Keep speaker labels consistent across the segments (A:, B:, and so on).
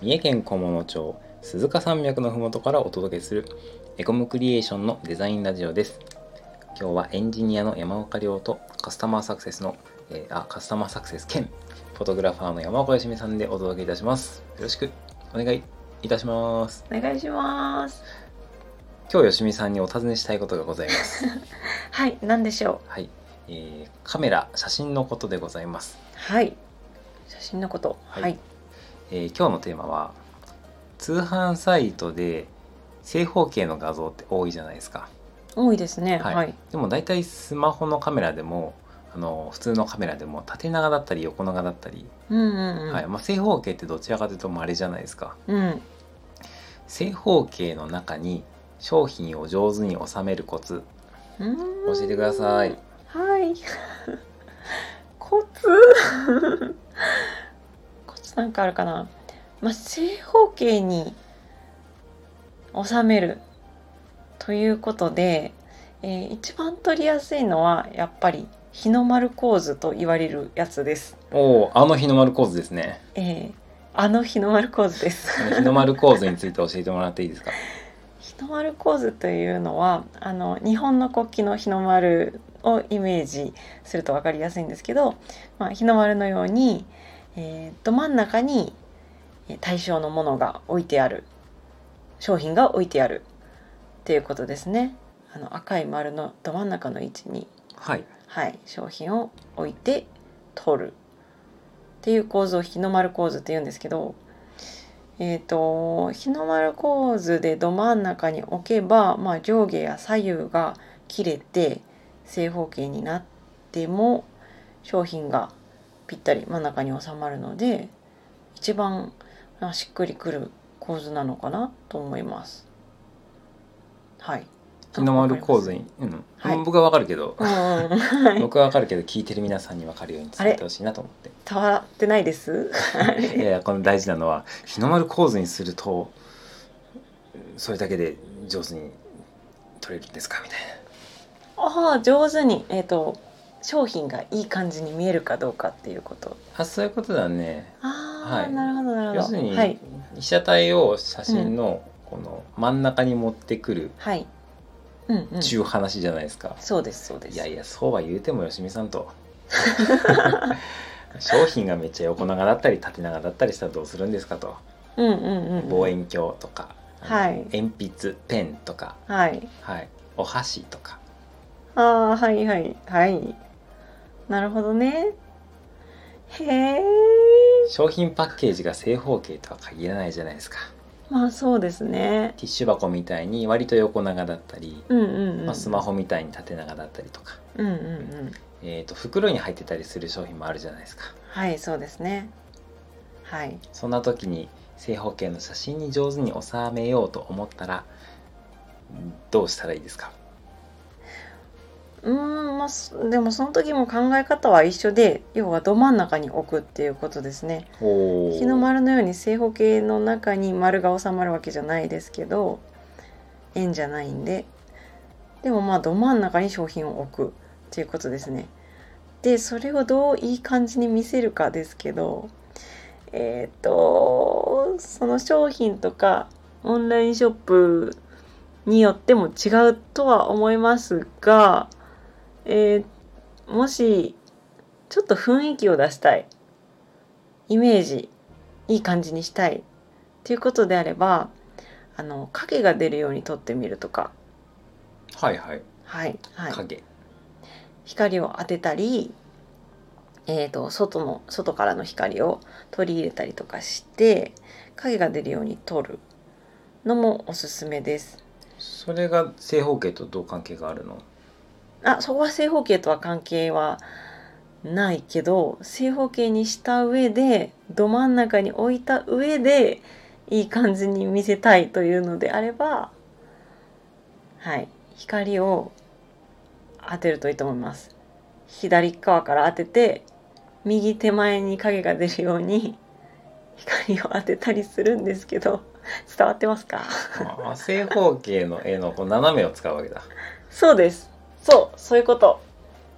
A: 三重県小物町鈴鹿山脈のふもとからお届けするエコムクリエーションのデザインラジオです今日はエンジニアの山岡亮とカスタマーサクセスの、えーあカスタマーサクセス兼フォトグラファーの山岡よしみさんでお届けいたしますよろしくお願いいたします
B: お願いします。
A: 今日よしみさんにお尋ねしたいことがございます
B: はい、なんでしょ
A: はい、えーカメラ写真のことでございます、
B: う。はい。写真のこと。
A: は
B: はいい。
A: えー今日のテーマは通販サイトで正方形の画像って多いじゃないですか
B: 多いですね。
A: は
B: はいい。
A: でも大体スマホのカメラでもあの普通のカメラでも縦長だったり横長だったり、
B: うんうんうん。
A: はいまあ、正方形ってどちらかというとまれじゃないですか
B: うん。
A: 正方形の中に商品を上手に収めるコツ
B: うーん
A: 教えてください。
B: はい。 コツ。 コツなんかあるかな。まあ、正方形に。収める。ということで。えー一番取りやすいのは、やっぱり。日の丸構図と言われるやつです。
A: おおあの日の丸構図ですね
B: えーあの日の丸構図です。
A: あの日の丸構図について教えてもらっていいですか
B: 日の丸構図というのはあの日本の国旗の日の丸をイメージすると分かりやすいんですけど、まあ、日の丸のように、えーど真ん中にえー対象のものが置いてある商品が置いてあるっていうことですね。あの赤い丸のど真ん中の位置に、
A: はい
B: はい、商品を置いて取るっていう構図を日の丸構図って言うんですけどえー、と日の丸構図でど真ん中に置けば、まあ、上下や左右が切れて正方形になっても商品がぴったり真ん中に収まるので一番まあしっくりくる構図なのかなと思います。はい、
A: 日の丸構図に、うん
B: はい
A: 僕はわかるけど、
B: うんうん うんはい
A: 僕はわかるけど聞いてる皆さんにわかるように伝えてほしいなと思って
B: 伝わってないです。
A: いやいやこの大事なのは日の丸構図にするとそれだけで上手に取れるんですかみたい
B: ああ上手にえっ、と商品がいい感じに見えるかどうかっていうこと。
A: なあそういうことだね
B: ああ、
A: はい
B: なるほどなるほど。
A: 要するに
B: はい
A: 被写体を写真のこの真ん中に持ってくる
B: はい。うんうん。
A: ちゅう話じゃないですか、
B: そうですそうです。
A: いやいやそうは言うてもよしみさん と商品がめっちゃ横長だったり縦長だったりしたらどうするんですかと
B: うんうんうんうん。
A: 望遠鏡とか、あの
B: はい
A: 鉛筆ペンとか、
B: はい。
A: はい、お箸とか
B: ああはいはいはい。なるほどね。へえ。
A: 商品パッケージが正方形とは限らないじゃないですか
B: まあそうですね
A: テ。ィッシュ箱みたいに割と横長だったり、
B: うんうんうん。
A: まあ、スマ。ホみたいに縦長だったりとか、
B: うんうんうん。
A: えー、と袋に入ってたりする商品もあるじゃないですか
B: はいそうですね。はい。
A: そんな時に正方形の写真に上手に収めようと思ったらどうしたらいいですか
B: うーんまあそでもその時も考え方は一緒で要はど真ん中に置くっていうことですね
A: お
B: 日の丸のように正方形の中に丸が収まるわけじゃないですけど円じゃないんででもまあど真ん中に商品を置くっていうことですねでそれをどういい感じに見せるかですけどえっ、とその商品とかオンラインショップによっても違うとは思いますが、えーもしちょっと雰囲気を出したいイメージいい感じにしたいっていうことであればあの影が出るように撮ってみるとか、
A: はいはい
B: はいはい、
A: 影
B: 光を当てたり、えー、と外の外からの光を取り入れたりとかして影が出るように撮るのもおすすめです。
A: それが正方形とどう関係がある の
B: あそこは正方形とは関係はないけど正方形にした上でど真ん中に置いた上でいい感じに見せたいというのであればはい光を当てるといいと思います左側から当てて右手前に影が出るように光を当てたりするんですけど伝わってますか
A: あー正方形の絵のこう斜めを使うわけだ
B: そうですそうそういうこと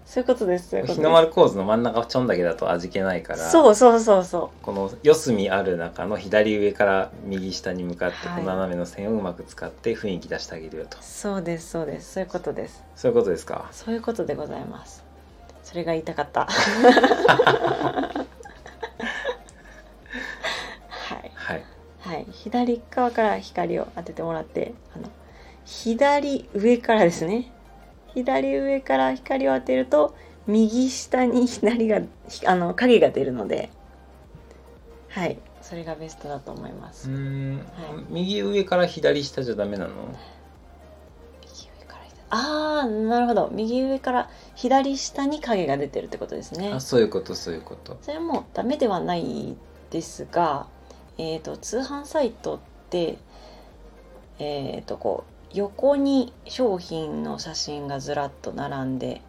B: そういうことですそういうこと
A: 日
B: で
A: の丸構図の真ん中ちょんだけだと味気ないから
B: すそうそうそうそ
A: この四隅ある中の左上から右下に向かって
B: はい
A: この斜めの線をうまく使って雰囲気出してあげるよと、
B: うそうですそうですそういうことです
A: そういうことですか
B: そういうことでございますそれが言いたかったはい
A: はい
B: はい、左側から光を当ててもらってあの左上からですね左上から光を当てると右下に左がひあの影が出るのではいそれがベストだと思い
A: う
B: ます、
A: ー
B: 右
A: ん、右上から左下じゃダメなの
B: 上から左ああなるほど右上から左下に影が出てるってことですね
A: あそういうことそういうこと
B: それもダメではないですが、えー、と通販サイトって、えー、とこう横に商品の写真がずらっと並んで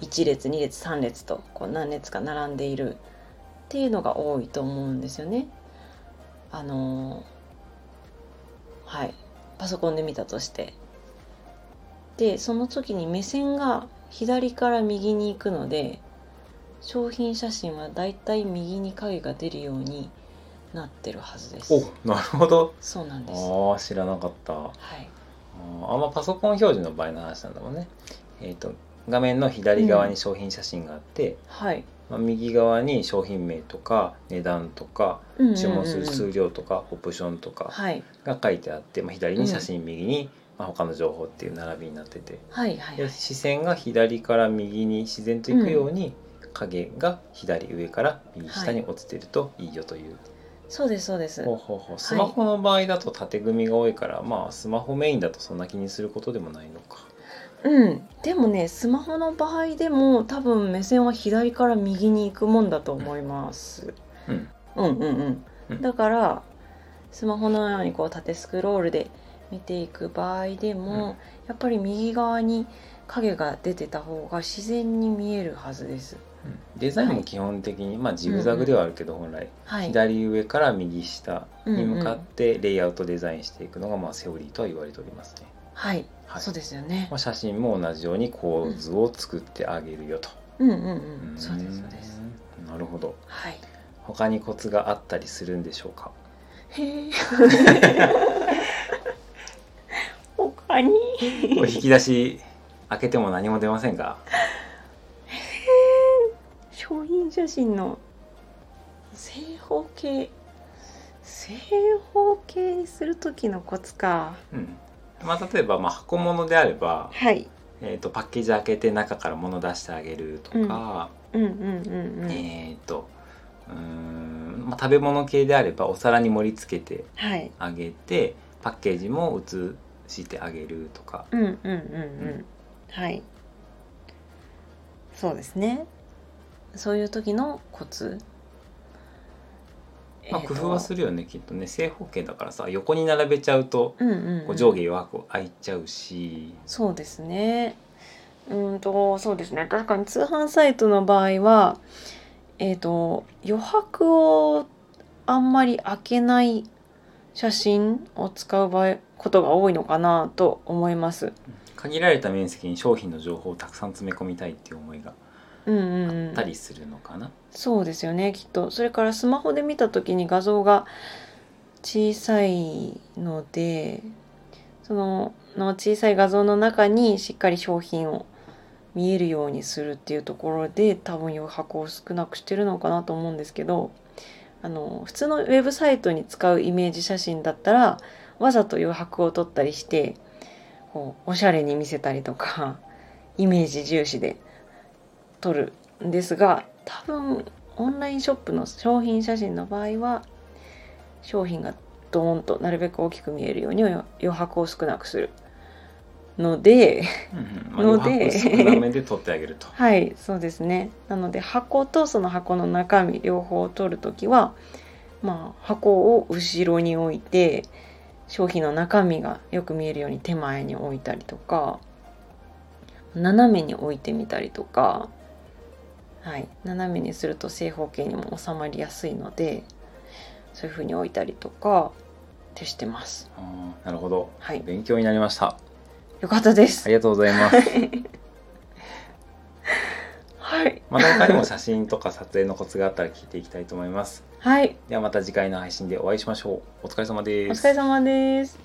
B: 1列2列3列とこう何列か並んでいるっていうのが多いと思うんですよね。あのーはいパソコンで見たとして。でその時に目線が左から右に行くので商品写真はだいたい右に影が出るようになってるはずです。
A: おなるほど
B: そうなんです。は
A: ああ知らなかったあ
B: い。
A: ーあんまパソコン表示の場合の話なんだもんねえっ、と画面の左側に商品写真があって、
B: はい。
A: まあ、右側に商品名とか値段とか
B: うんうんうん
A: 注文する数量とかオプションとか
B: はい。
A: が書いてあって、まあ、左に写真右に、まあ、他の情報っていう並びになってて
B: はいはいは
A: で
B: い。
A: 視線が左から右に自然と行くように、影が左上から右下に落ちてるといいよという、
B: そうですそうです。
A: ほう
B: は
A: ほうほうスマホの場合だと縦組みが多いから、まあスマホメインだとそんな気にすることでもないのか
B: うん。でもね、スマホの場合でも多分目線は左から右に行くもんだと思います。
A: うん
B: うんうん
A: う
B: うんん。だからスマホのようにこう縦スクロールで見ていく場合でも、やっぱり右側に影が出てた方が自然に見えるはずです。
A: うんデザインも基本的に、まあ、ジグザグではあるけど、本来
B: はい。
A: 左上から右下に向かっ
B: うんうん
A: てレイアウトデザインしていくのがまあセオリーとは言われておりますね。
B: はい。
A: はい
B: そうですよね
A: ま。あ、写真も同じように構図を作ってあげるよと。
B: うんうんうん。そうです
A: ん
B: そうです。。
A: なるほど。
B: はい。
A: 他にコツがあったりするんでしょうか。
B: へえ。他に。
A: これ引き出し開けても何も出ませんか。
B: 商品写真の。正方形。正方形にする時のコツか。
A: うん。まあ、例えばまあ箱物であれば、
B: はい。
A: えー、とパッケージ開けて中から物出してあげるとか、
B: うんうんうんうん。
A: えっ、とうーん、まあ、食べ物系であればお皿に盛り付けて
B: はい。
A: あげてパッケージも写してあげるとか
B: うんうんうんうん。はい。そうですね。そういう時のコツ。
A: まあ、工夫はする
B: る。
A: よね、きっとね正方形だからさ横に並べちゃうと
B: うんうん、うん。
A: こう上下弱く開いちゃうし、
B: そうですね。うーんと、そうですね。確かに通販サイトの場合は、えっ、と、余白をあんまり開けない写真を使う場合、ことが多いのかなと思います。
A: 限られた面積に商品の情報をたくさん詰め込みたいっていう思いが
B: うん
A: あ
B: うんうん、
A: ったりするのかな。
B: そうですよね、きっと。それからスマホで見た時に画像が小さいので、そのの小さい画像の中にしっかり商品を見えるようにするっていうところで多分余白を少なくしてるのかなと思うんですけど、あの普通のウェブサイトに使うイメージ写真だったらわざと余白を取ったりしてこうおしゃれに見せたりとかイメージ重視で撮るんですが多分オンラインショップの商品写真の場合は商品がドーンとなるべく大きく見えるように余余白を少なくするので
A: うんうんまあ、
B: の
A: 余
B: で
A: 白少なめで取ってあげる と。
B: はいそうですねなので箱とその箱の中身両方取るときはまあ箱を後ろに置いて商品の中身がよく見えるように手前に置いたりとか斜めに置いてみたりとかはい斜めにすると正方形にも収まりやすいのでそういう風に置いたりとかってしてます
A: あーなるほど、
B: はい
A: 勉強になりました。
B: よかったです
A: ありがとうございます。また他にも写真とか撮影のコツがあったら聞いていきたいと思います。
B: はい、
A: ではまた次回の配信でお会いしましょう。お疲れ様
B: お
A: です
B: 疲。れ様です。